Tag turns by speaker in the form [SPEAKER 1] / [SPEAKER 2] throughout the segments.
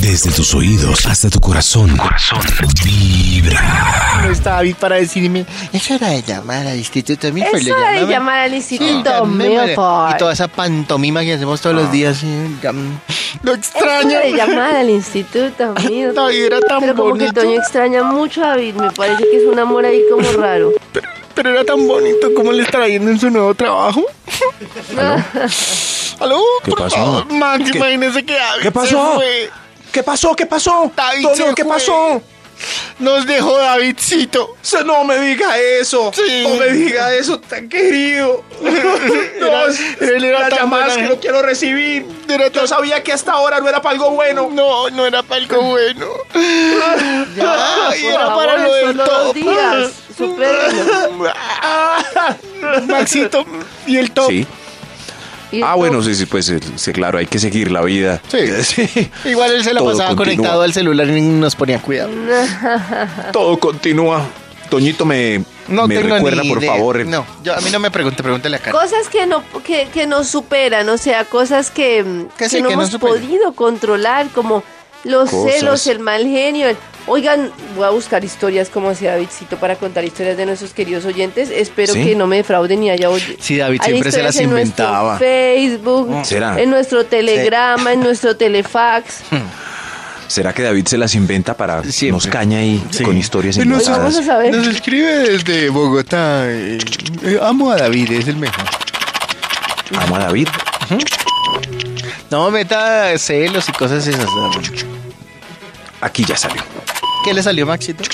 [SPEAKER 1] Desde tus oídos hasta tu corazón. Corazón. Vibra.
[SPEAKER 2] No está David para decirme, es hora de llamar al instituto. Mi
[SPEAKER 3] Es hora de llamar al instituto, Milford.
[SPEAKER 2] Y toda esa pantomima que hacemos todos los días. eh, llam- Lo extraño.
[SPEAKER 3] Hora de llamar al instituto, mío.
[SPEAKER 2] No, y era tan
[SPEAKER 3] Pero como que
[SPEAKER 2] bonito.
[SPEAKER 3] Toño extraña mucho a David, me parece que es un amor ahí como raro.
[SPEAKER 2] Pero, pero era tan bonito como le estará yendo en su nuevo trabajo. ¿Aló?
[SPEAKER 4] ¿Qué
[SPEAKER 2] por
[SPEAKER 4] pasó?
[SPEAKER 2] favor, Max,
[SPEAKER 4] ¿Qué-
[SPEAKER 2] imagínese que David
[SPEAKER 4] ¿Qué pasó?
[SPEAKER 2] se fue.
[SPEAKER 4] ¿Qué pasó? ¿Qué pasó?
[SPEAKER 2] David
[SPEAKER 4] Toño,
[SPEAKER 2] se
[SPEAKER 4] ¿qué
[SPEAKER 2] fue.
[SPEAKER 4] pasó?
[SPEAKER 2] Nos dejó Davidcito.
[SPEAKER 4] Se- No me diga eso.
[SPEAKER 2] Sí.
[SPEAKER 4] No me diga eso, tan querido. No,
[SPEAKER 2] él era
[SPEAKER 4] la
[SPEAKER 2] tan
[SPEAKER 4] llamada
[SPEAKER 2] buena
[SPEAKER 4] que
[SPEAKER 2] gente.
[SPEAKER 4] no quiero recibir.
[SPEAKER 2] Era
[SPEAKER 4] Yo
[SPEAKER 2] tan-
[SPEAKER 4] sabía que hasta ahora no era para algo bueno.
[SPEAKER 2] No, no era para algo bueno. Ay,
[SPEAKER 3] Por
[SPEAKER 2] era
[SPEAKER 3] favor,
[SPEAKER 2] para lo del
[SPEAKER 3] solo dos
[SPEAKER 2] top.
[SPEAKER 3] días. supérenlo.
[SPEAKER 2] Maxito y el top.
[SPEAKER 4] Sí.
[SPEAKER 3] Y
[SPEAKER 4] Ah,
[SPEAKER 3] el
[SPEAKER 4] bueno,
[SPEAKER 3] top.
[SPEAKER 4] sí, sí, pues eh, sí, claro, hay que seguir la vida.
[SPEAKER 2] Sí.
[SPEAKER 4] Sí.
[SPEAKER 2] Igual él se la
[SPEAKER 4] Todo
[SPEAKER 2] pasaba
[SPEAKER 4] continúa.
[SPEAKER 2] conectado al celular y nos ponía cuidado.
[SPEAKER 4] Todo continúa. Toñito me,
[SPEAKER 2] No
[SPEAKER 4] me
[SPEAKER 2] tengo
[SPEAKER 4] recuerda,
[SPEAKER 2] ni
[SPEAKER 4] por
[SPEAKER 2] idea.
[SPEAKER 4] favor.
[SPEAKER 2] No, yo, a mí no me pregunte, pregúntele a Karen.
[SPEAKER 3] Cosas que no que, que nos superan, o sea, cosas que,
[SPEAKER 2] Que
[SPEAKER 3] que
[SPEAKER 2] sí,
[SPEAKER 3] no
[SPEAKER 2] que nos
[SPEAKER 3] hemos
[SPEAKER 2] superan.
[SPEAKER 3] podido controlar, como los
[SPEAKER 4] Cosas.
[SPEAKER 3] celos, el mal genio. el- Oigan, voy a buscar historias como hacía Davidcito para contar historias de nuestros queridos oyentes. Espero
[SPEAKER 4] Sí.
[SPEAKER 3] que no me defrauden y haya oy-
[SPEAKER 2] Sí, David
[SPEAKER 3] hay
[SPEAKER 2] siempre se
[SPEAKER 3] historias
[SPEAKER 2] las
[SPEAKER 3] en nuestro
[SPEAKER 2] inventaba.
[SPEAKER 3] Facebook,
[SPEAKER 4] ¿Será?
[SPEAKER 3] en nuestro Telegrama, en nuestro Telefax.
[SPEAKER 4] ¿Será que David se las inventa para
[SPEAKER 2] Siempre.
[SPEAKER 4] nos caña ahí
[SPEAKER 2] Sí.
[SPEAKER 4] con historias
[SPEAKER 2] Pero
[SPEAKER 3] Pues vamos a
[SPEAKER 4] inventadas?
[SPEAKER 3] saber.
[SPEAKER 2] Nos escribe desde Bogotá. eh, eh, amo a David, es el mejor.
[SPEAKER 4] Amo a David.
[SPEAKER 2] No meta celos y cosas esas. David.
[SPEAKER 4] Aquí ya salió.
[SPEAKER 2] ¿Qué le salió, Maxito?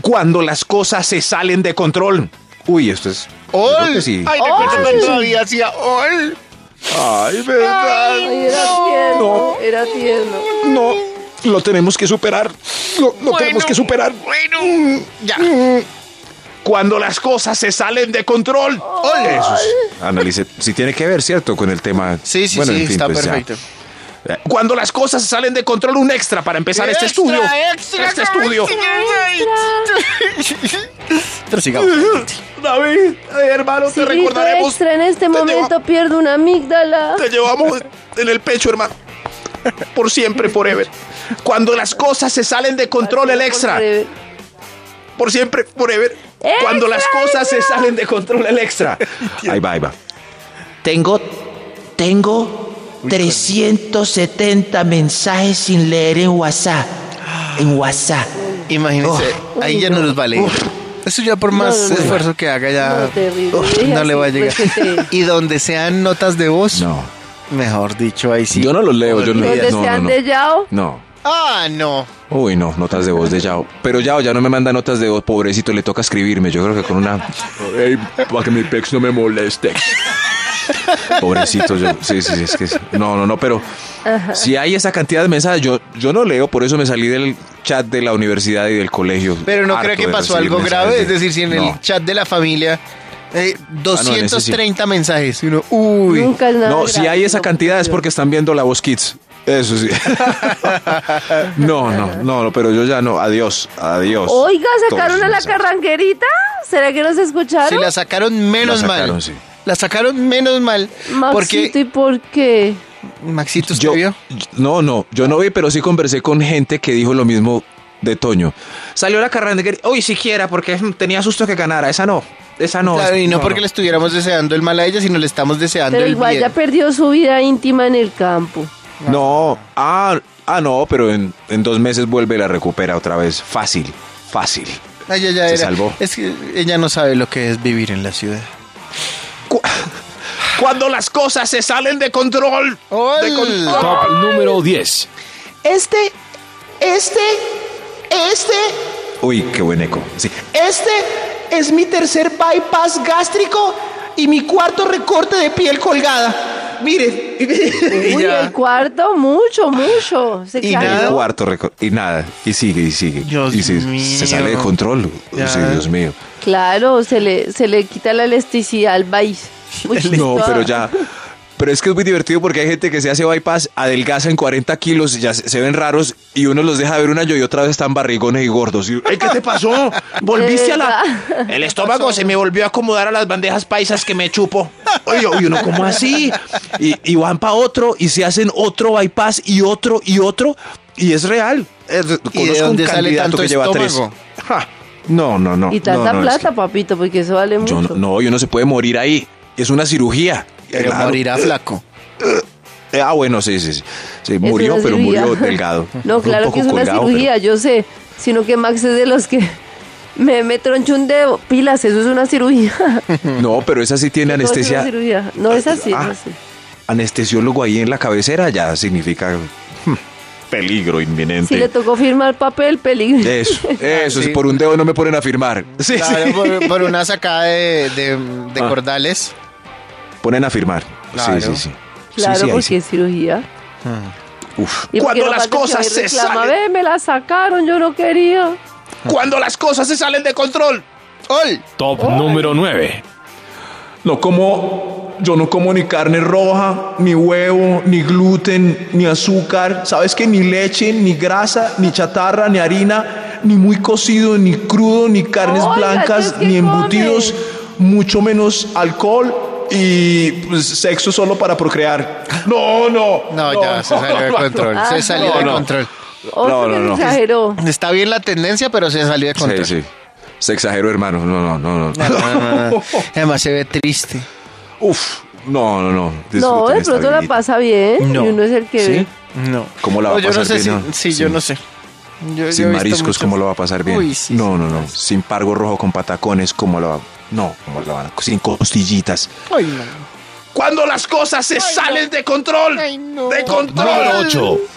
[SPEAKER 4] Cuando las cosas se salen de control. Uy, esto es. yo creo
[SPEAKER 2] ¡Ol!
[SPEAKER 4] que sí.
[SPEAKER 2] Ay,
[SPEAKER 3] ¡Ol!
[SPEAKER 2] recuerdo cuando todavía hacía ¡Ol!
[SPEAKER 4] Ay, verdad.
[SPEAKER 3] Ay, era tierno, era tierno.
[SPEAKER 4] No, lo tenemos que superar. Lo, lo tenemos que superar. Mm,
[SPEAKER 2] Bueno, ya.
[SPEAKER 4] Cuando las cosas se salen de control. Eso es. Analice, si tiene que ver, ¿cierto? Con el tema.
[SPEAKER 2] Sí, sí,
[SPEAKER 4] Bueno,
[SPEAKER 2] sí,
[SPEAKER 4] en fin,
[SPEAKER 2] está
[SPEAKER 4] pues ya.
[SPEAKER 2] perfecto.
[SPEAKER 4] Eh, Cuando las cosas se salen de control, un extra para empezar este
[SPEAKER 2] Extra,
[SPEAKER 4] estudio.
[SPEAKER 2] extra,
[SPEAKER 4] este estudio.
[SPEAKER 2] extra. Pero sigamos.
[SPEAKER 4] David, ay, hermano,
[SPEAKER 3] Si grito extra en este
[SPEAKER 4] lleva-
[SPEAKER 3] momento pierdo una amígdala.
[SPEAKER 4] Te llevamos en el pecho, hermano. Por siempre, forever. Cuando las cosas se salen de control, el extra. Por siempre, forever. Cuando las cosas se salen de control, el extra. Ahí va, ahí va.
[SPEAKER 5] Tengo, tengo 370 mensajes sin leer en WhatsApp. En WhatsApp.
[SPEAKER 2] Imagínense, ahí ya no nos va a leer. Eso ya por más
[SPEAKER 3] Oh. No, no, no.
[SPEAKER 2] esfuerzo que haga ya
[SPEAKER 3] No, terrible.
[SPEAKER 2] uf,
[SPEAKER 3] Deja
[SPEAKER 2] no le va a
[SPEAKER 3] así,
[SPEAKER 2] llegar.
[SPEAKER 3] pues, que te-
[SPEAKER 2] Y donde sean notas de voz,
[SPEAKER 4] No.
[SPEAKER 2] mejor dicho, ahí sí.
[SPEAKER 4] Yo no los leo, yo no-
[SPEAKER 3] Donde
[SPEAKER 4] no,
[SPEAKER 3] se han
[SPEAKER 4] no.
[SPEAKER 3] dellado.
[SPEAKER 4] No.
[SPEAKER 2] Ah, no.
[SPEAKER 4] Uy, no, notas de voz de Yao. Pero Yao ya no me manda notas de voz, pobrecito, le toca escribirme. Yo creo que con una. Ey, para que mi pex no me moleste. Pobrecito, yo. Sí, sí, sí, es que sí. No, no, no, pero si hay esa cantidad de mensajes, yo, yo no leo, por eso me salí del chat de la universidad y del colegio.
[SPEAKER 2] Pero no creo
[SPEAKER 4] harto
[SPEAKER 2] que
[SPEAKER 4] de
[SPEAKER 2] pasó
[SPEAKER 4] recibir
[SPEAKER 2] algo
[SPEAKER 4] mensajes
[SPEAKER 2] grave.
[SPEAKER 4] de-
[SPEAKER 2] Es decir, si en
[SPEAKER 4] No. Ah,
[SPEAKER 2] el chat de la familia, eh,
[SPEAKER 4] no, en ese sí.
[SPEAKER 2] 230 mensajes. Y uno, uy.
[SPEAKER 3] Nunca es nada.
[SPEAKER 4] No, si
[SPEAKER 3] grave,
[SPEAKER 4] hay esa
[SPEAKER 3] no
[SPEAKER 4] cantidad es
[SPEAKER 3] puedo.
[SPEAKER 4] porque están viendo la voz Kids. Eso sí. no, no, no, no, pero yo ya no. Adiós, adiós.
[SPEAKER 3] Oiga,
[SPEAKER 4] Todos
[SPEAKER 3] sacaron a la
[SPEAKER 4] mensajes.
[SPEAKER 3] carranquerita. ¿Será que nos escucharon?
[SPEAKER 2] Si la sacaron menos
[SPEAKER 4] La sacaron,
[SPEAKER 2] mal.
[SPEAKER 4] sí.
[SPEAKER 2] La sacaron menos mal.
[SPEAKER 3] Maxito, ¿y
[SPEAKER 2] Porque.
[SPEAKER 3] por qué?
[SPEAKER 2] Maxito, ¿usted
[SPEAKER 4] Yo,
[SPEAKER 2] vio?
[SPEAKER 4] no, no, yo no vi, pero sí conversé con gente que dijo lo mismo de Toño.
[SPEAKER 2] Ah.
[SPEAKER 5] Salió la carrera de Uy, siquiera, porque mm, tenía susto que ganara. Esa no. Esa no.
[SPEAKER 2] Claro, y no,
[SPEAKER 5] no,
[SPEAKER 2] porque
[SPEAKER 5] no.
[SPEAKER 2] le estuviéramos deseando el mal a ella, sino le estamos deseando
[SPEAKER 3] Pero
[SPEAKER 2] el
[SPEAKER 3] igual
[SPEAKER 2] bien.
[SPEAKER 3] ya perdió su vida íntima en el campo.
[SPEAKER 4] No, ah, ah no, pero en, en dos meses vuelve y la recupera otra vez. Fácil, fácil.
[SPEAKER 2] Ay, Ah, ya, ya
[SPEAKER 4] Se
[SPEAKER 2] era.
[SPEAKER 4] salvó.
[SPEAKER 2] Es que ella no sabe lo que es vivir en la ciudad.
[SPEAKER 4] Cuando las cosas se salen de control.
[SPEAKER 2] ¡Ol!
[SPEAKER 1] Top número 10.
[SPEAKER 5] Este, este, este.
[SPEAKER 4] Uy, qué buen eco. Sí.
[SPEAKER 5] Este es mi tercer bypass gástrico y mi cuarto recorte de piel colgada. Miren.
[SPEAKER 3] Uy, el cuarto, mucho, mucho. Se
[SPEAKER 2] Y
[SPEAKER 3] cayó.
[SPEAKER 2] nada.
[SPEAKER 4] Ah, El cuarto récord. Y nada. Y sigue, y sigue.
[SPEAKER 2] Dios
[SPEAKER 4] y se,
[SPEAKER 2] mío.
[SPEAKER 4] se sale de control.
[SPEAKER 2] Ya.
[SPEAKER 4] Sí, Dios mío.
[SPEAKER 3] Claro, se le, se le quita la elasticidad al país. Muy
[SPEAKER 4] No,
[SPEAKER 3] chistoso.
[SPEAKER 4] pero ya. Pero es que es muy divertido porque hay gente que se hace bypass, adelgaza en 40 kilos, y ya se se ven raros y uno los deja ver un año y otra vez están barrigones y gordos. Y, "Ey, ¿Qué te pasó?
[SPEAKER 5] Volviste a la.
[SPEAKER 3] ¿Verdad?
[SPEAKER 5] El estómago se me volvió a acomodar a las bandejas paisas que me chupo.
[SPEAKER 4] Oye, oye, uno como así. Y, y van para otro y se hacen otro bypass y otro y otro. Y es real. Es-
[SPEAKER 2] ¿Y de
[SPEAKER 4] Eh, conozco
[SPEAKER 2] dónde
[SPEAKER 4] un
[SPEAKER 2] sale
[SPEAKER 4] candidato
[SPEAKER 2] tanto
[SPEAKER 4] que lleva tres.
[SPEAKER 2] estómago?
[SPEAKER 4] Ja, no, no, no.
[SPEAKER 3] Y tanta
[SPEAKER 4] no, no, es
[SPEAKER 3] plata, papito, porque eso vale
[SPEAKER 4] que- yo
[SPEAKER 3] mucho.
[SPEAKER 4] no, no, yo no se puede morir ahí. Es una cirugía.
[SPEAKER 2] Pero
[SPEAKER 4] Claro.
[SPEAKER 2] morirá flaco.
[SPEAKER 4] Eh, Ah, bueno, sí, sí, sí. Sí,
[SPEAKER 3] Es
[SPEAKER 4] murió,
[SPEAKER 3] una
[SPEAKER 4] pero
[SPEAKER 3] cirugía.
[SPEAKER 4] murió delgado.
[SPEAKER 3] No,
[SPEAKER 4] Un
[SPEAKER 3] claro que
[SPEAKER 4] poco
[SPEAKER 3] es una
[SPEAKER 4] colgado,
[SPEAKER 3] cirugía, yo sé. Sino que Max es de los que me, me troncho un dedo. Pilas, eso es una cirugía.
[SPEAKER 4] pero- no, pero esa sí tiene
[SPEAKER 3] No, es una
[SPEAKER 4] anestesia.
[SPEAKER 3] cirugía. No es así,
[SPEAKER 4] Ah.
[SPEAKER 3] no es así.
[SPEAKER 4] Anestesiólogo ahí en la cabecera ya significa hmm, peligro inminente.
[SPEAKER 3] Si le tocó firmar papel, peligro.
[SPEAKER 4] Eso, eso.
[SPEAKER 2] sí.
[SPEAKER 4] Si por un dedo no me ponen a firmar. Sí,
[SPEAKER 2] Claro,
[SPEAKER 4] sí.
[SPEAKER 2] por, por una sacada de, de- de
[SPEAKER 4] Ah.
[SPEAKER 2] cordales.
[SPEAKER 4] Ponen a firmar.
[SPEAKER 2] Claro.
[SPEAKER 4] Sí, sí, sí.
[SPEAKER 3] Claro,
[SPEAKER 4] sí, sí, ahí
[SPEAKER 3] porque
[SPEAKER 4] sí.
[SPEAKER 3] es cirugía.
[SPEAKER 4] Uf.
[SPEAKER 3] Y
[SPEAKER 4] Cuando
[SPEAKER 3] porque
[SPEAKER 4] las
[SPEAKER 3] Max
[SPEAKER 4] cosas
[SPEAKER 3] que
[SPEAKER 4] se
[SPEAKER 3] reclama,
[SPEAKER 4] salen.
[SPEAKER 3] "Ve, me la sacaron, yo no quería.
[SPEAKER 4] Cuando las cosas se salen de control.
[SPEAKER 2] ¡Ol!
[SPEAKER 6] Top número 9.
[SPEAKER 4] No como, yo no como ni carne roja, ni huevo, ni gluten, ni azúcar, sabes que ni leche, ni grasa, ni chatarra, ni harina, ni muy cocido, ni crudo, ni carnes
[SPEAKER 3] Oiga,
[SPEAKER 4] blancas,
[SPEAKER 3] ¿entonces qué
[SPEAKER 4] ni embutidos,
[SPEAKER 3] come?
[SPEAKER 4] mucho menos alcohol y pues, sexo solo para procrear. No, no.
[SPEAKER 2] No, ya, se salió de control.
[SPEAKER 3] Ah,
[SPEAKER 2] se salió
[SPEAKER 3] no,
[SPEAKER 2] de
[SPEAKER 4] no.
[SPEAKER 2] control.
[SPEAKER 3] Otro
[SPEAKER 4] No,
[SPEAKER 3] que
[SPEAKER 4] no, no.
[SPEAKER 3] exageró.
[SPEAKER 2] Está bien la tendencia, pero se salió de control. Ah,
[SPEAKER 4] Sí, sí. Se exageró, hermano. No, no, no, no.
[SPEAKER 2] Además se ve triste.
[SPEAKER 4] Uf. No, no, no.
[SPEAKER 3] No,
[SPEAKER 4] Disfruten
[SPEAKER 3] de
[SPEAKER 4] esta
[SPEAKER 3] pronto la
[SPEAKER 4] vidita.
[SPEAKER 3] pasa bien.
[SPEAKER 2] No.
[SPEAKER 3] Y uno es el que
[SPEAKER 4] ¿Sí?
[SPEAKER 3] ve.
[SPEAKER 2] No.
[SPEAKER 4] ¿Cómo la va
[SPEAKER 2] No,
[SPEAKER 4] a
[SPEAKER 2] yo no
[SPEAKER 4] pasar
[SPEAKER 2] sé
[SPEAKER 4] bien,
[SPEAKER 2] si,
[SPEAKER 4] no?
[SPEAKER 2] sí,
[SPEAKER 4] Sí.
[SPEAKER 2] yo no sé. Yo- Pues yo he
[SPEAKER 4] Sin
[SPEAKER 2] visto
[SPEAKER 4] mariscos,
[SPEAKER 2] mucho-
[SPEAKER 4] ¿cómo lo va a pasar bien?
[SPEAKER 2] Uy, sí,
[SPEAKER 4] no,
[SPEAKER 2] sí.
[SPEAKER 4] no, no. Sin pargo rojo con patacones, ¿cómo lo va? No, ¿cómo lo van a- Sin costillitas.
[SPEAKER 2] Ay, no.
[SPEAKER 4] Cuando las cosas se salen de control.
[SPEAKER 2] Ay, no.
[SPEAKER 4] De control.
[SPEAKER 6] Número 8.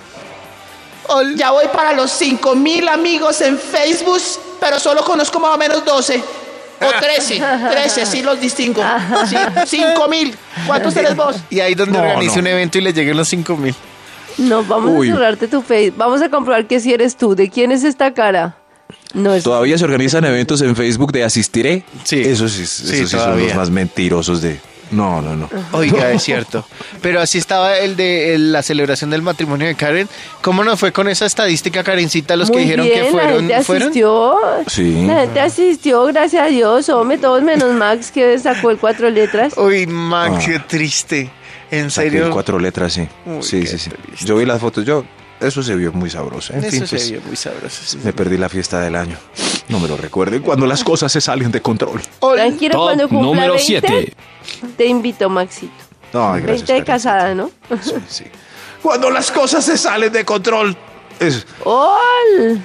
[SPEAKER 5] Ol, Ya voy para los 5000 amigos en Facebook, pero solo conozco más o menos 12. O 13, 13, sí los distingo. Sí, 5000. ¿Cuántos eres vos?
[SPEAKER 2] Y ahí donde
[SPEAKER 4] No,
[SPEAKER 2] organice
[SPEAKER 4] no.
[SPEAKER 2] un evento y le lleguen los 5 mil.
[SPEAKER 3] No, vamos
[SPEAKER 4] Uy.
[SPEAKER 3] a asegurarte tu Facebook. Vamos a comprobar que si eres tú. ¿De quién es esta cara? No es.
[SPEAKER 4] Todavía se organizan eventos en Facebook de asistiré.
[SPEAKER 2] Sí.
[SPEAKER 4] Esos sí,
[SPEAKER 2] Sí,
[SPEAKER 4] esos sí son
[SPEAKER 2] todavía.
[SPEAKER 4] los más mentirosos de. No, no, no.
[SPEAKER 2] Oiga, es cierto. Pero así estaba el de el- la celebración del matrimonio de Karen. ¿Cómo nos fue con esa estadística, Karencita, los que
[SPEAKER 3] Muy
[SPEAKER 2] dijeron
[SPEAKER 3] bien,
[SPEAKER 2] que
[SPEAKER 3] la
[SPEAKER 2] fueron?
[SPEAKER 3] gente
[SPEAKER 2] fueron?
[SPEAKER 3] asistió.
[SPEAKER 4] Sí.
[SPEAKER 3] La gente asistió, gracias a Dios. Hombre, todos menos Max que sacó el cuatro letras.
[SPEAKER 2] Uy, Max,
[SPEAKER 4] Ah.
[SPEAKER 2] qué triste. En
[SPEAKER 4] Saqué
[SPEAKER 2] serio.
[SPEAKER 4] Cuatro letras, sí.
[SPEAKER 2] Uy,
[SPEAKER 4] sí,
[SPEAKER 2] qué
[SPEAKER 4] sí, sí.
[SPEAKER 2] triste.
[SPEAKER 4] Yo vi las fotos. Yo, eso se vio muy sabroso. En
[SPEAKER 2] Eso
[SPEAKER 4] fin,
[SPEAKER 2] se
[SPEAKER 4] pues,
[SPEAKER 2] vio muy sabroso. sí.
[SPEAKER 4] me perdí la fiesta del año. No me lo recuerden. Cuando las cosas se salen de control.
[SPEAKER 3] Tranquilo, cuando
[SPEAKER 6] Top
[SPEAKER 3] cumpla
[SPEAKER 6] número
[SPEAKER 3] 20,
[SPEAKER 6] 7.
[SPEAKER 3] te invito, Maxito. 20
[SPEAKER 4] Ay,
[SPEAKER 3] de
[SPEAKER 4] Karencita.
[SPEAKER 3] casada, ¿no?
[SPEAKER 4] Sí, sí. Cuando las cosas se salen de control. Es-
[SPEAKER 3] ¡Ol!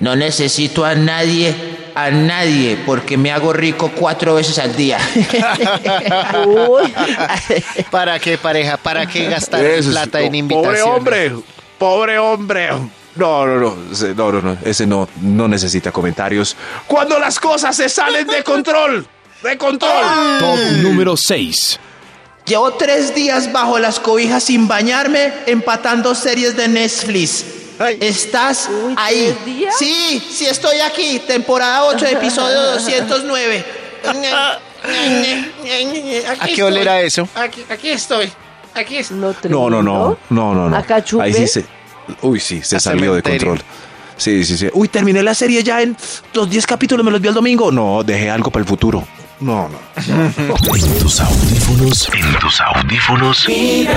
[SPEAKER 7] No necesito a nadie, a nadie, porque me hago rico cuatro veces al día.
[SPEAKER 3] Uy.
[SPEAKER 2] ¿Para qué, pareja? ¿Para qué gastar
[SPEAKER 4] Eso sí.
[SPEAKER 2] plata en
[SPEAKER 4] No,
[SPEAKER 2] invitaciones?
[SPEAKER 4] Pobre hombre, pobre hombre. No, no, no, ese- no, no, no, ese no, no necesita comentarios. Cuando las cosas se salen de control, de control.
[SPEAKER 6] Top número 6.
[SPEAKER 5] Llevo tres días bajo las cobijas sin bañarme, empatando series de Netflix.
[SPEAKER 2] Ay.
[SPEAKER 5] ¿Estás
[SPEAKER 3] Uy,
[SPEAKER 5] ahí?
[SPEAKER 3] ¿tres días?
[SPEAKER 5] Sí, sí estoy aquí. Temporada 8, episodio 209.
[SPEAKER 2] ¿A
[SPEAKER 5] Aquí
[SPEAKER 2] qué olerá eso?
[SPEAKER 5] Aquí, aquí estoy. Aquí estoy.
[SPEAKER 3] No,
[SPEAKER 4] No, no, no, no, no, no.
[SPEAKER 3] A cachumbe.
[SPEAKER 4] Ahí sí se, uy, sí, se
[SPEAKER 2] A
[SPEAKER 4] salió de
[SPEAKER 2] cementerio.
[SPEAKER 4] control. Sí, sí, sí. Uy, terminé la serie ya en los 10 capítulos, me los vi el domingo. No, dejé algo para el futuro. No, no.
[SPEAKER 1] En tus audífonos. En tus audífonos.
[SPEAKER 2] Ay,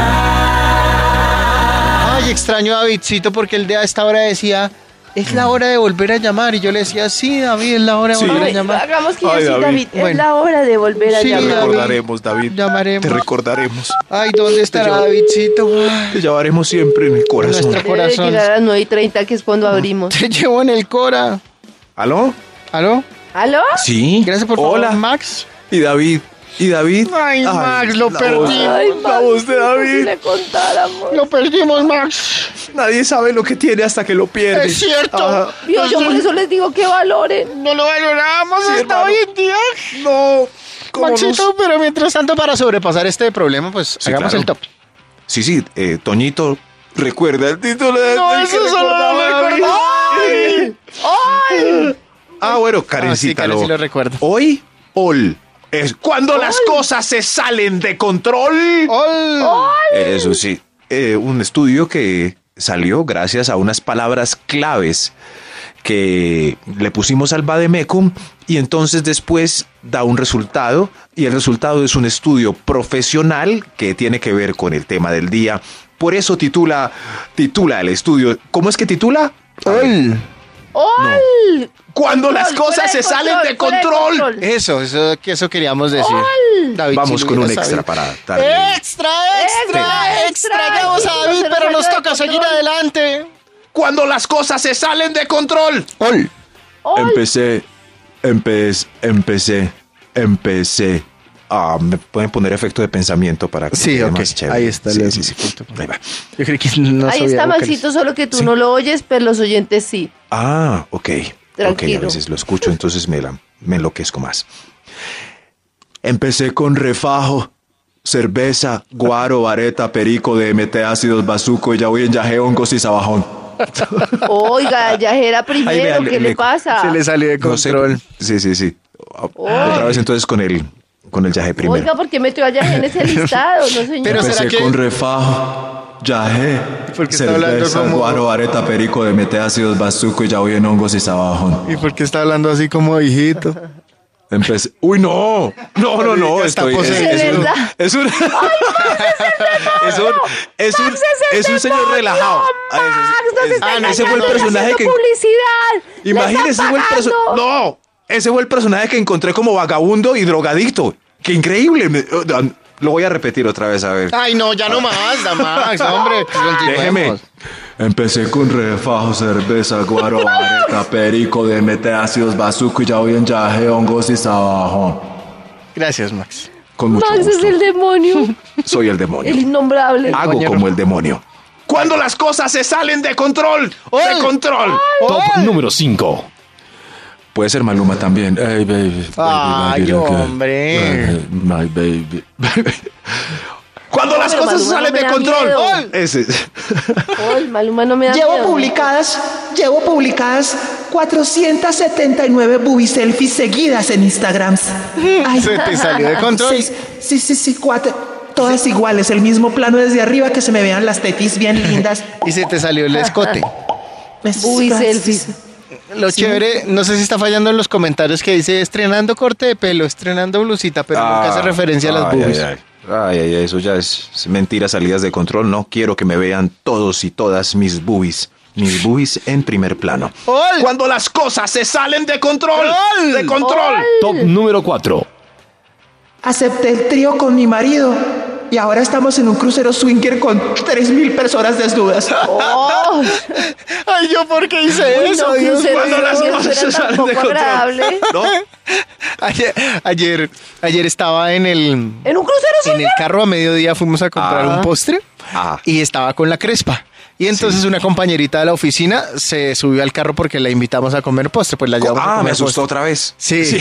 [SPEAKER 2] extraño a Davidcito porque el de a esta hora decía, es la hora de volver a llamar. Y yo le decía, sí, David, es la hora de volver a
[SPEAKER 3] Ay,
[SPEAKER 2] llamar.
[SPEAKER 3] hagamos que yo
[SPEAKER 4] Ay,
[SPEAKER 3] sí,
[SPEAKER 4] David.
[SPEAKER 3] David. Es
[SPEAKER 2] Bueno.
[SPEAKER 3] la hora de volver a
[SPEAKER 2] Sí,
[SPEAKER 3] llamar.
[SPEAKER 2] David.
[SPEAKER 4] David.
[SPEAKER 2] Llamaremos.
[SPEAKER 4] recordaremos.
[SPEAKER 2] Ay, ¿dónde estará Davidcito? Ay,
[SPEAKER 4] Te llevaremos siempre en el corazón.
[SPEAKER 2] Nuestra-
[SPEAKER 3] Debe de
[SPEAKER 2] Corazón.
[SPEAKER 3] llegar a las 9 y 30, que es cuando abrimos.
[SPEAKER 2] Te llevo en el Cora.
[SPEAKER 4] ¿Aló?
[SPEAKER 2] ¿Aló?
[SPEAKER 3] ¿Aló?
[SPEAKER 4] Sí.
[SPEAKER 2] Gracias por favor,
[SPEAKER 4] Hola.
[SPEAKER 2] Max.
[SPEAKER 4] Y David. Y David.
[SPEAKER 2] Ay, Max, lo
[SPEAKER 4] la
[SPEAKER 2] perdí.
[SPEAKER 4] voz.
[SPEAKER 3] Ay,
[SPEAKER 4] La voz
[SPEAKER 3] como Si
[SPEAKER 4] de David.
[SPEAKER 3] le contáramos.
[SPEAKER 2] Lo perdimos, Max.
[SPEAKER 4] Nadie sabe lo que tiene hasta que lo pierde. Ah,
[SPEAKER 2] Es cierto.
[SPEAKER 4] Ajá.
[SPEAKER 3] Dios, yo por eso les digo que valoren.
[SPEAKER 2] No lo valoramos hasta
[SPEAKER 4] hermano.
[SPEAKER 2] hoy en día.
[SPEAKER 4] No. ¿cómo
[SPEAKER 2] Maxito,
[SPEAKER 4] nos-
[SPEAKER 2] pero mientras tanto, para sobrepasar este problema, pues
[SPEAKER 4] Sí,
[SPEAKER 2] hagamos
[SPEAKER 4] claro.
[SPEAKER 2] el top.
[SPEAKER 4] Sí, sí. eh, Toñito, recuerda el título de.
[SPEAKER 2] No,
[SPEAKER 4] del que
[SPEAKER 2] eso solo
[SPEAKER 4] recordaba
[SPEAKER 2] lo
[SPEAKER 4] David.
[SPEAKER 2] recordaba.
[SPEAKER 4] ¡Ay! Ah, bueno, Karencita.
[SPEAKER 2] Ah, sí, Karen sí lo recuerda.
[SPEAKER 4] Hoy, Ol. Es cuando las cosas se salen de control.
[SPEAKER 2] ¡Ol!
[SPEAKER 4] Eso sí, eh, un estudio que salió gracias a unas palabras claves que le pusimos al Bademecum y entonces después da un resultado y el resultado es un estudio profesional que tiene que ver con el tema del día Por eso titula, titula el estudio. ¿Cómo es que titula?
[SPEAKER 2] ¡Ol!
[SPEAKER 3] ¡Ol!
[SPEAKER 4] Cuando las
[SPEAKER 3] Fuera
[SPEAKER 4] cosas
[SPEAKER 3] de
[SPEAKER 4] se salen de
[SPEAKER 3] fuera de
[SPEAKER 4] control. Eh,
[SPEAKER 2] Eso, eso, que eso queríamos decir.
[SPEAKER 3] ¡Gol!
[SPEAKER 2] David,
[SPEAKER 4] Vamos
[SPEAKER 2] si lo
[SPEAKER 4] con un
[SPEAKER 2] hubiera
[SPEAKER 4] extra
[SPEAKER 2] sabido.
[SPEAKER 4] para
[SPEAKER 2] ¡Extra,
[SPEAKER 4] tarde.
[SPEAKER 3] Extra,
[SPEAKER 2] extra,
[SPEAKER 3] extra.
[SPEAKER 2] extra! Extrañamos a
[SPEAKER 3] Se
[SPEAKER 2] David,
[SPEAKER 3] nos
[SPEAKER 2] pero nos
[SPEAKER 3] salió de
[SPEAKER 2] toca seguir
[SPEAKER 3] control.
[SPEAKER 2] adelante.
[SPEAKER 4] Cuando las cosas se salen de control.
[SPEAKER 2] ¡Ol!
[SPEAKER 3] ¡Gol!
[SPEAKER 4] Empecé, empecé, empecé, empecé. Ah, me pueden poner efecto de pensamiento para que
[SPEAKER 2] Sí,
[SPEAKER 4] quede
[SPEAKER 2] ok.
[SPEAKER 4] más chévere.
[SPEAKER 2] Ahí está
[SPEAKER 4] Sí,
[SPEAKER 2] el
[SPEAKER 4] sí, sí.
[SPEAKER 2] efecto.
[SPEAKER 4] Ahí va.
[SPEAKER 2] Yo creí que no
[SPEAKER 3] Ahí
[SPEAKER 2] sabía
[SPEAKER 3] está,
[SPEAKER 2] vocalizar.
[SPEAKER 3] Maxito, solo que tú no lo oyes, pero los oyentes sí.
[SPEAKER 4] Ah, ok.
[SPEAKER 3] Tranquilo.
[SPEAKER 4] Ok, a veces lo escucho, entonces me, la- me enloquezco más. Empecé con refajo, cerveza, guaro, vareta, perico, DMT, ácidos, bazuco, y ya voy en yaje, hongos y sabajón.
[SPEAKER 3] Oiga, ya era primero,
[SPEAKER 4] vean,
[SPEAKER 3] ¿qué
[SPEAKER 4] le-
[SPEAKER 3] le pasa?
[SPEAKER 2] Se le salió de
[SPEAKER 4] No sé.
[SPEAKER 2] control.
[SPEAKER 4] Sí, sí, sí.
[SPEAKER 3] Oy.
[SPEAKER 4] Otra vez entonces con el, con el yaje primero.
[SPEAKER 3] Oiga, ¿por qué metió a Yajé en ese listado? No, señor.
[SPEAKER 2] Pero será
[SPEAKER 4] Empecé
[SPEAKER 2] que-
[SPEAKER 4] Pues con refajo, yajé,
[SPEAKER 2] Porque está hablando
[SPEAKER 4] cerveza,
[SPEAKER 2] como-
[SPEAKER 4] guaro, vareta, perico, DMT, ácidos, bazuco, y ya voy en hongos y sabajón.
[SPEAKER 2] ¿Y por qué está hablando así como hijito?
[SPEAKER 4] Empecé. ¡Uy, no! No, no, no.
[SPEAKER 2] Ya está
[SPEAKER 4] Estoy, es,
[SPEAKER 2] poseído.
[SPEAKER 4] es
[SPEAKER 3] De
[SPEAKER 4] un,
[SPEAKER 3] verdad.
[SPEAKER 4] es un. Es un. Es un, es un señor relajado. Ah, ese- ese-
[SPEAKER 2] está
[SPEAKER 4] ah, no, ese fue
[SPEAKER 2] engañando,
[SPEAKER 4] el
[SPEAKER 2] le
[SPEAKER 4] personaje que.
[SPEAKER 3] publicidad.
[SPEAKER 4] Imagínese, ese fue el personaje. No, ese fue el personaje que encontré como vagabundo y drogadicto. ¡Qué increíble! Me- oh, Lo voy a repetir otra vez, a ver.
[SPEAKER 2] Ay, no, ya no más, da más, hombre. pues, continuemos.
[SPEAKER 4] Déjeme. Empecé con refajo, cerveza, guaro, vareta, perico, DMT, ácidos, bazuco y ya voy en yaje, hongos y sabajón.
[SPEAKER 2] Gracias, Max.
[SPEAKER 4] Con mucho
[SPEAKER 3] Max es
[SPEAKER 4] gusto. Ah,
[SPEAKER 3] el demonio,
[SPEAKER 4] Soy el demonio.
[SPEAKER 3] el innombrable.
[SPEAKER 4] Hago como el demonio. Cuando las cosas se salen de control.
[SPEAKER 2] ¡Ay!
[SPEAKER 4] De control.
[SPEAKER 6] Top número 5.
[SPEAKER 4] Puede ser Maluma también. Ay, baby, baby,
[SPEAKER 2] Ay,
[SPEAKER 4] baby, baby,
[SPEAKER 2] hombre.
[SPEAKER 4] baby, My baby. Cuando las
[SPEAKER 3] pero
[SPEAKER 4] cosas se
[SPEAKER 3] Maluma
[SPEAKER 4] salen
[SPEAKER 3] no me
[SPEAKER 4] de
[SPEAKER 3] da
[SPEAKER 4] control.
[SPEAKER 3] miedo.
[SPEAKER 4] ¡Ay! Ese.
[SPEAKER 3] Ay, Maluma no me da
[SPEAKER 5] Llevo
[SPEAKER 3] miedo.
[SPEAKER 5] publicadas, llevo publicadas 479 booby selfies seguidas en Instagram. Ay,
[SPEAKER 2] Se te salió de control.
[SPEAKER 5] seis- sí, sí, sí, cuatro. Todas iguales, el mismo plano desde arriba que se me vean las tetis bien lindas.
[SPEAKER 2] Y se te salió el escote.
[SPEAKER 3] Booby selfies.
[SPEAKER 2] Lo chévere, no sé si está fallando en los comentarios que dice estrenando corte de pelo, estrenando blusita, pero nunca hace referencia a las
[SPEAKER 4] Ah. Ay,
[SPEAKER 2] boobies.
[SPEAKER 4] Ay, ay. Ay, ay, ay, eso ya es es mentira, salidas de control. No quiero que me vean todos y todas mis boobies. Mis boobies en primer plano.
[SPEAKER 2] ¡Ol!
[SPEAKER 4] Cuando las cosas se salen de control.
[SPEAKER 2] ¡Ol!
[SPEAKER 4] De control.
[SPEAKER 6] Top número 4.
[SPEAKER 5] Acepté el trío con mi marido y ahora estamos en un crucero swinger con 3.000 personas desnudas.
[SPEAKER 3] Oh,
[SPEAKER 2] Ay, yo por qué hice
[SPEAKER 3] uy, no,
[SPEAKER 2] eso, Dios mío.
[SPEAKER 4] cuando las cosas se salen de
[SPEAKER 3] tampoco
[SPEAKER 4] control.
[SPEAKER 3] agradable.
[SPEAKER 4] ¿No?
[SPEAKER 2] Ayer, ayer, ayer estaba en el
[SPEAKER 3] En un crucero
[SPEAKER 2] en el
[SPEAKER 3] swinger.
[SPEAKER 2] carro a mediodía fuimos a comprar
[SPEAKER 4] Ah.
[SPEAKER 2] un postre
[SPEAKER 4] Ah.
[SPEAKER 2] y estaba con la crespa. Y entonces una compañerita de la oficina se subió al carro porque la invitamos a comer postre, pues la llevamos a
[SPEAKER 4] Ah,
[SPEAKER 2] comer
[SPEAKER 4] me asustó
[SPEAKER 2] postre.
[SPEAKER 4] otra vez.
[SPEAKER 2] Sí.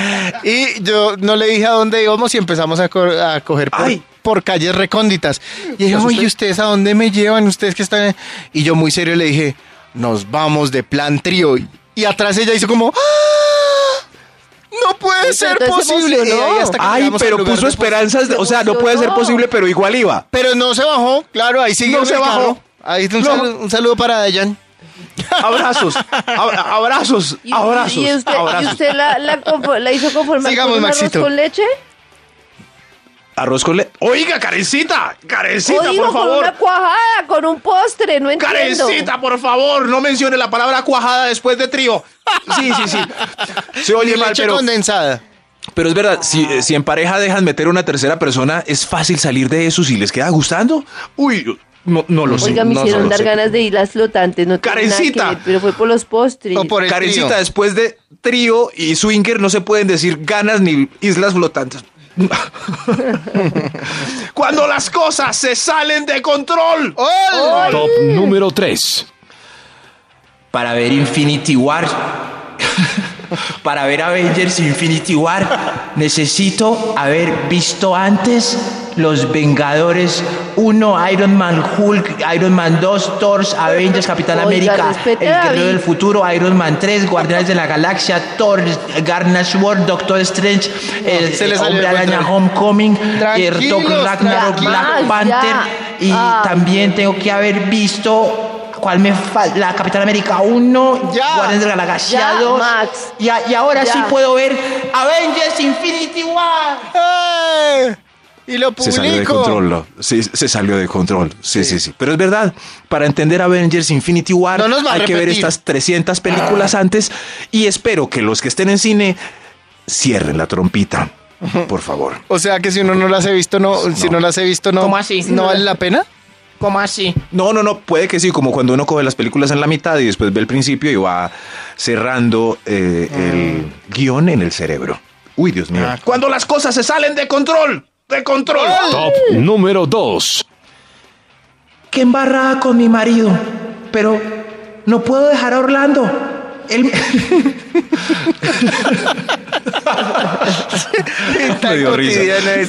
[SPEAKER 2] y yo no le dije a dónde íbamos y empezamos a, co- a coger por,
[SPEAKER 4] Ay.
[SPEAKER 2] por calles recónditas. Y dije, oye, ¿ustedes a dónde me llevan? ¿Ustedes que están? en-?" Y yo muy serio le dije, nos vamos de plan trío. Y atrás ella hizo como, "¡Ah! no puede
[SPEAKER 3] pero
[SPEAKER 2] ser
[SPEAKER 3] entonces
[SPEAKER 2] posible.
[SPEAKER 3] emocionó.
[SPEAKER 2] Y ahí hasta que
[SPEAKER 4] Ay,
[SPEAKER 2] llegamos al
[SPEAKER 4] pero
[SPEAKER 2] lugar
[SPEAKER 4] puso
[SPEAKER 2] de
[SPEAKER 4] esperanzas. de- o sea, no puede ser
[SPEAKER 3] Emocionó.
[SPEAKER 4] posible, pero igual iba.
[SPEAKER 2] Pero no se bajó, claro, ahí sigue.
[SPEAKER 4] No
[SPEAKER 2] en el
[SPEAKER 4] se bajó.
[SPEAKER 2] carro. Ahí un,
[SPEAKER 4] No.
[SPEAKER 2] saludo, un saludo para Dayan.
[SPEAKER 4] Abrazos, ab- abrazos,
[SPEAKER 3] Y-
[SPEAKER 4] abrazos,
[SPEAKER 3] ¿Y
[SPEAKER 2] este,
[SPEAKER 3] usted, ¿y
[SPEAKER 4] abrazos.
[SPEAKER 3] usted la, la, confo- la hizo conformar
[SPEAKER 2] Sigamos,
[SPEAKER 3] con un arroz
[SPEAKER 2] Maxito.
[SPEAKER 3] con leche?
[SPEAKER 4] Arroz con le... Oiga, Karencita, Karencita,
[SPEAKER 3] O digo,
[SPEAKER 4] por
[SPEAKER 3] con
[SPEAKER 4] favor.
[SPEAKER 3] una cuajada, con un postre, no entiendo.
[SPEAKER 4] Karencita, por favor, no mencione la palabra cuajada después de trío. Sí, sí, sí. Se oye
[SPEAKER 2] Leche
[SPEAKER 4] mal, pero,
[SPEAKER 2] condensada.
[SPEAKER 4] pero es verdad, si, eh, si en pareja dejan meter una tercera persona, es fácil salir de eso si les queda gustando. Uy, no, no lo sé.
[SPEAKER 3] Oiga, me
[SPEAKER 4] no
[SPEAKER 3] hicieron
[SPEAKER 4] lo
[SPEAKER 3] dar
[SPEAKER 4] sé.
[SPEAKER 3] ganas de ir las flotantes, no tiene nada que
[SPEAKER 4] Karencita.
[SPEAKER 3] ver, pero fue por los postres.
[SPEAKER 2] O por el
[SPEAKER 4] Karencita,
[SPEAKER 2] trío.
[SPEAKER 4] después de trío y swinger no se pueden decir ganas ni islas flotantes. Cuando las cosas se salen de control. Oh.
[SPEAKER 2] ¡Ol!
[SPEAKER 6] Top número 3.
[SPEAKER 7] para ver Infinity War. para ver Avengers Infinity War, necesito haber visto antes Los Vengadores 1, Iron Man, Hulk, Iron Man 2, Thor, Avengers, Capitán
[SPEAKER 3] Oiga,
[SPEAKER 7] América, El
[SPEAKER 3] respete a
[SPEAKER 7] Guerrero
[SPEAKER 3] David.
[SPEAKER 7] del Futuro, Iron Man 3, Guardianes de la Galaxia, Thor, Garnet Sword, Doctor Strange, eh,
[SPEAKER 2] se le salió
[SPEAKER 7] Hombre
[SPEAKER 2] el
[SPEAKER 7] Araña,
[SPEAKER 2] control.
[SPEAKER 7] Homecoming, eh,
[SPEAKER 2] Tranquilos,
[SPEAKER 7] Thor Ragnarok,
[SPEAKER 2] tranquilos.
[SPEAKER 7] Black
[SPEAKER 3] Ya,
[SPEAKER 7] Panther y
[SPEAKER 3] ah.
[SPEAKER 7] también tengo que haber visto cuál me falta, la Capitán América 1,
[SPEAKER 2] Ya.
[SPEAKER 7] Guardianes de la Galaxia
[SPEAKER 3] Ya,
[SPEAKER 7] 2.
[SPEAKER 3] Max.
[SPEAKER 7] Y, a- y ahora
[SPEAKER 3] Ya.
[SPEAKER 7] sí puedo ver Avengers Infinity War.
[SPEAKER 2] ¡Eh! Y lo
[SPEAKER 4] Se salió de
[SPEAKER 2] publico.
[SPEAKER 4] control. lo- sí, se salió de control. Sí, sí, sí, Pero es verdad, para entender Avengers Infinity War
[SPEAKER 2] No nos va a
[SPEAKER 4] hay que ver
[SPEAKER 2] repetir. Ah.
[SPEAKER 4] estas 300 películas antes y espero que los que estén en cine cierren la trompita, por favor.
[SPEAKER 2] O sea que si uno no las he visto, no,
[SPEAKER 4] Pues
[SPEAKER 2] si no las he visto, no.
[SPEAKER 8] ¿Cómo así?
[SPEAKER 2] ¿No vale la pena?
[SPEAKER 8] ¿Cómo así?
[SPEAKER 4] No, no, no, puede que sí, como cuando uno coge las películas en la mitad y después ve el principio y va cerrando eh,
[SPEAKER 2] Mm.
[SPEAKER 4] el guión en el cerebro. Uy, Dios
[SPEAKER 2] Ah,
[SPEAKER 4] mío.
[SPEAKER 9] Cuando las cosas se salen de control. De control.
[SPEAKER 10] Top número 2.
[SPEAKER 4] Qué embarrada con mi marido, pero no puedo dejar a Orlando. Él... Me dio risa.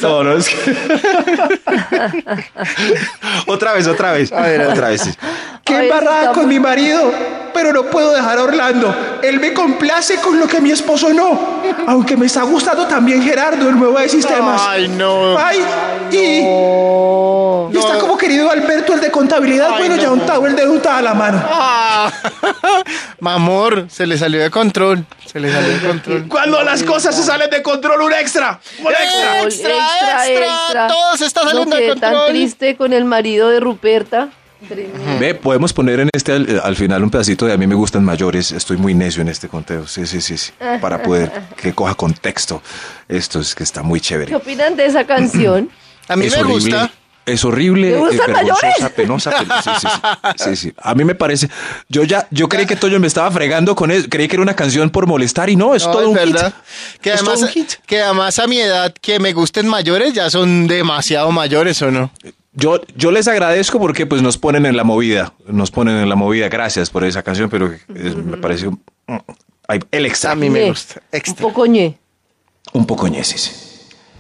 [SPEAKER 4] No, no, es que- otra vez, otra vez. otra vez.
[SPEAKER 3] Qué Ay, embarrada estamos- con
[SPEAKER 4] mi marido, pero no puedo dejar a Orlando. Él me complace con lo que mi esposo no. Aunque me está gustando también Gerardo, el nuevo de sistemas.
[SPEAKER 2] Ay, no.
[SPEAKER 4] Ay, y...
[SPEAKER 3] Oh.
[SPEAKER 4] Y está como querido Alberto, el de contabilidad. bueno, ya untado el de Utah a la mano.
[SPEAKER 2] Ah. Mamor, se le salió de control. Se le salió de control.
[SPEAKER 9] Cuando las cosas se salen de control, un extra. Un extra.
[SPEAKER 3] Gol,
[SPEAKER 2] Extra, extra, todo se está saliendo
[SPEAKER 3] no
[SPEAKER 2] de
[SPEAKER 3] quedé
[SPEAKER 2] control.
[SPEAKER 3] tan triste con el marido de Ruperta. Tremendo.
[SPEAKER 4] Ve, podemos poner en este al, al final un pedacito de a mí me gustan mayores. Estoy muy necio en este conteo. Sí, sí, sí, sí. Para poder que coja contexto. Esto es que está muy
[SPEAKER 3] ¿Qué
[SPEAKER 4] chévere.
[SPEAKER 3] opinan de esa canción?
[SPEAKER 2] A mí
[SPEAKER 4] Es
[SPEAKER 2] me
[SPEAKER 4] horrible,
[SPEAKER 2] gusta.
[SPEAKER 4] Es horrible,
[SPEAKER 3] ¿Te
[SPEAKER 4] es
[SPEAKER 3] gustan
[SPEAKER 4] vergonzosa,
[SPEAKER 3] mayores?
[SPEAKER 4] penosa. pero sí, sí, sí, sí, sí. A mí me parece. Yo ya, yo creí que Toño me estaba fregando con eso. Creí que era una canción por molestar y no, es
[SPEAKER 2] No,
[SPEAKER 4] todo
[SPEAKER 2] es
[SPEAKER 4] un
[SPEAKER 2] verdad.
[SPEAKER 4] hit.
[SPEAKER 2] Que
[SPEAKER 4] Es todo
[SPEAKER 2] además,
[SPEAKER 4] un hit.
[SPEAKER 2] que además a mi edad que me gusten mayores ya son demasiado mayores o no.
[SPEAKER 4] Yo, yo les agradezco porque pues nos ponen en la movida, nos ponen en la movida, gracias por esa canción, pero es- me pareció mm, ay, el
[SPEAKER 2] A
[SPEAKER 4] examen
[SPEAKER 2] mí me
[SPEAKER 3] Ñe.
[SPEAKER 2] gusta.
[SPEAKER 3] Un poco ñe.
[SPEAKER 4] un poco ñesis.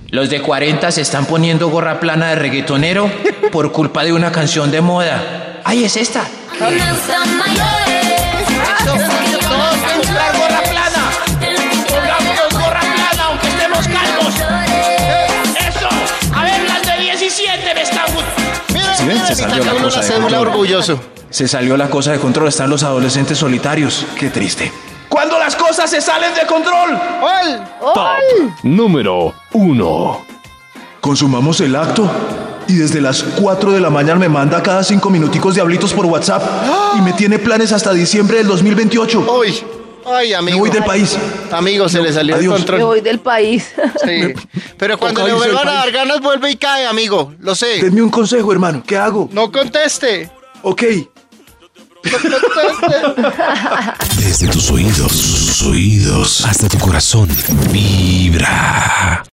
[SPEAKER 4] Los de 40 se están poniendo gorra plana de reggaetonero por culpa de una canción de moda. Ay, es esta.
[SPEAKER 7] Me gustan mayores.
[SPEAKER 8] Todos que comprar gorra plana. Pongamos gorra plana, aunque estemos calvos. Eso. A ver, las de 17 me están gustando.
[SPEAKER 2] Mira,
[SPEAKER 4] ¿Sí ven?
[SPEAKER 2] mira,
[SPEAKER 4] Se
[SPEAKER 2] si
[SPEAKER 4] salió
[SPEAKER 2] saca
[SPEAKER 4] la
[SPEAKER 2] uno
[SPEAKER 4] cosa
[SPEAKER 2] la
[SPEAKER 4] de
[SPEAKER 2] cédula
[SPEAKER 4] control.
[SPEAKER 2] orgulloso.
[SPEAKER 4] Se salió la cosa de control, están los adolescentes solitarios. Qué triste.
[SPEAKER 9] Cuando las cosas se salen de control.
[SPEAKER 10] Top número 1.
[SPEAKER 9] Consumamos el acto. Y desde las 4 de la mañana me manda cada 5 minuticos diablitos por WhatsApp. Y me tiene planes hasta diciembre del 2028.
[SPEAKER 2] Uy. Ay, amigo.
[SPEAKER 9] voy del país.
[SPEAKER 2] Amigo, se le salió
[SPEAKER 9] adiós.
[SPEAKER 2] de
[SPEAKER 3] Me
[SPEAKER 2] control.
[SPEAKER 3] voy del país.
[SPEAKER 2] Sí. Pero cuando
[SPEAKER 9] Toca
[SPEAKER 2] le
[SPEAKER 9] irse del
[SPEAKER 2] vuelvan a dar
[SPEAKER 9] país.
[SPEAKER 2] ganas, vuelve y cae, amigo. Lo sé.
[SPEAKER 9] Denme un consejo, hermano. ¿Qué hago?
[SPEAKER 2] No conteste.
[SPEAKER 9] Ok.
[SPEAKER 2] No conteste.
[SPEAKER 1] Desde tus oídos, sus oídos, hasta tu corazón. Vibra.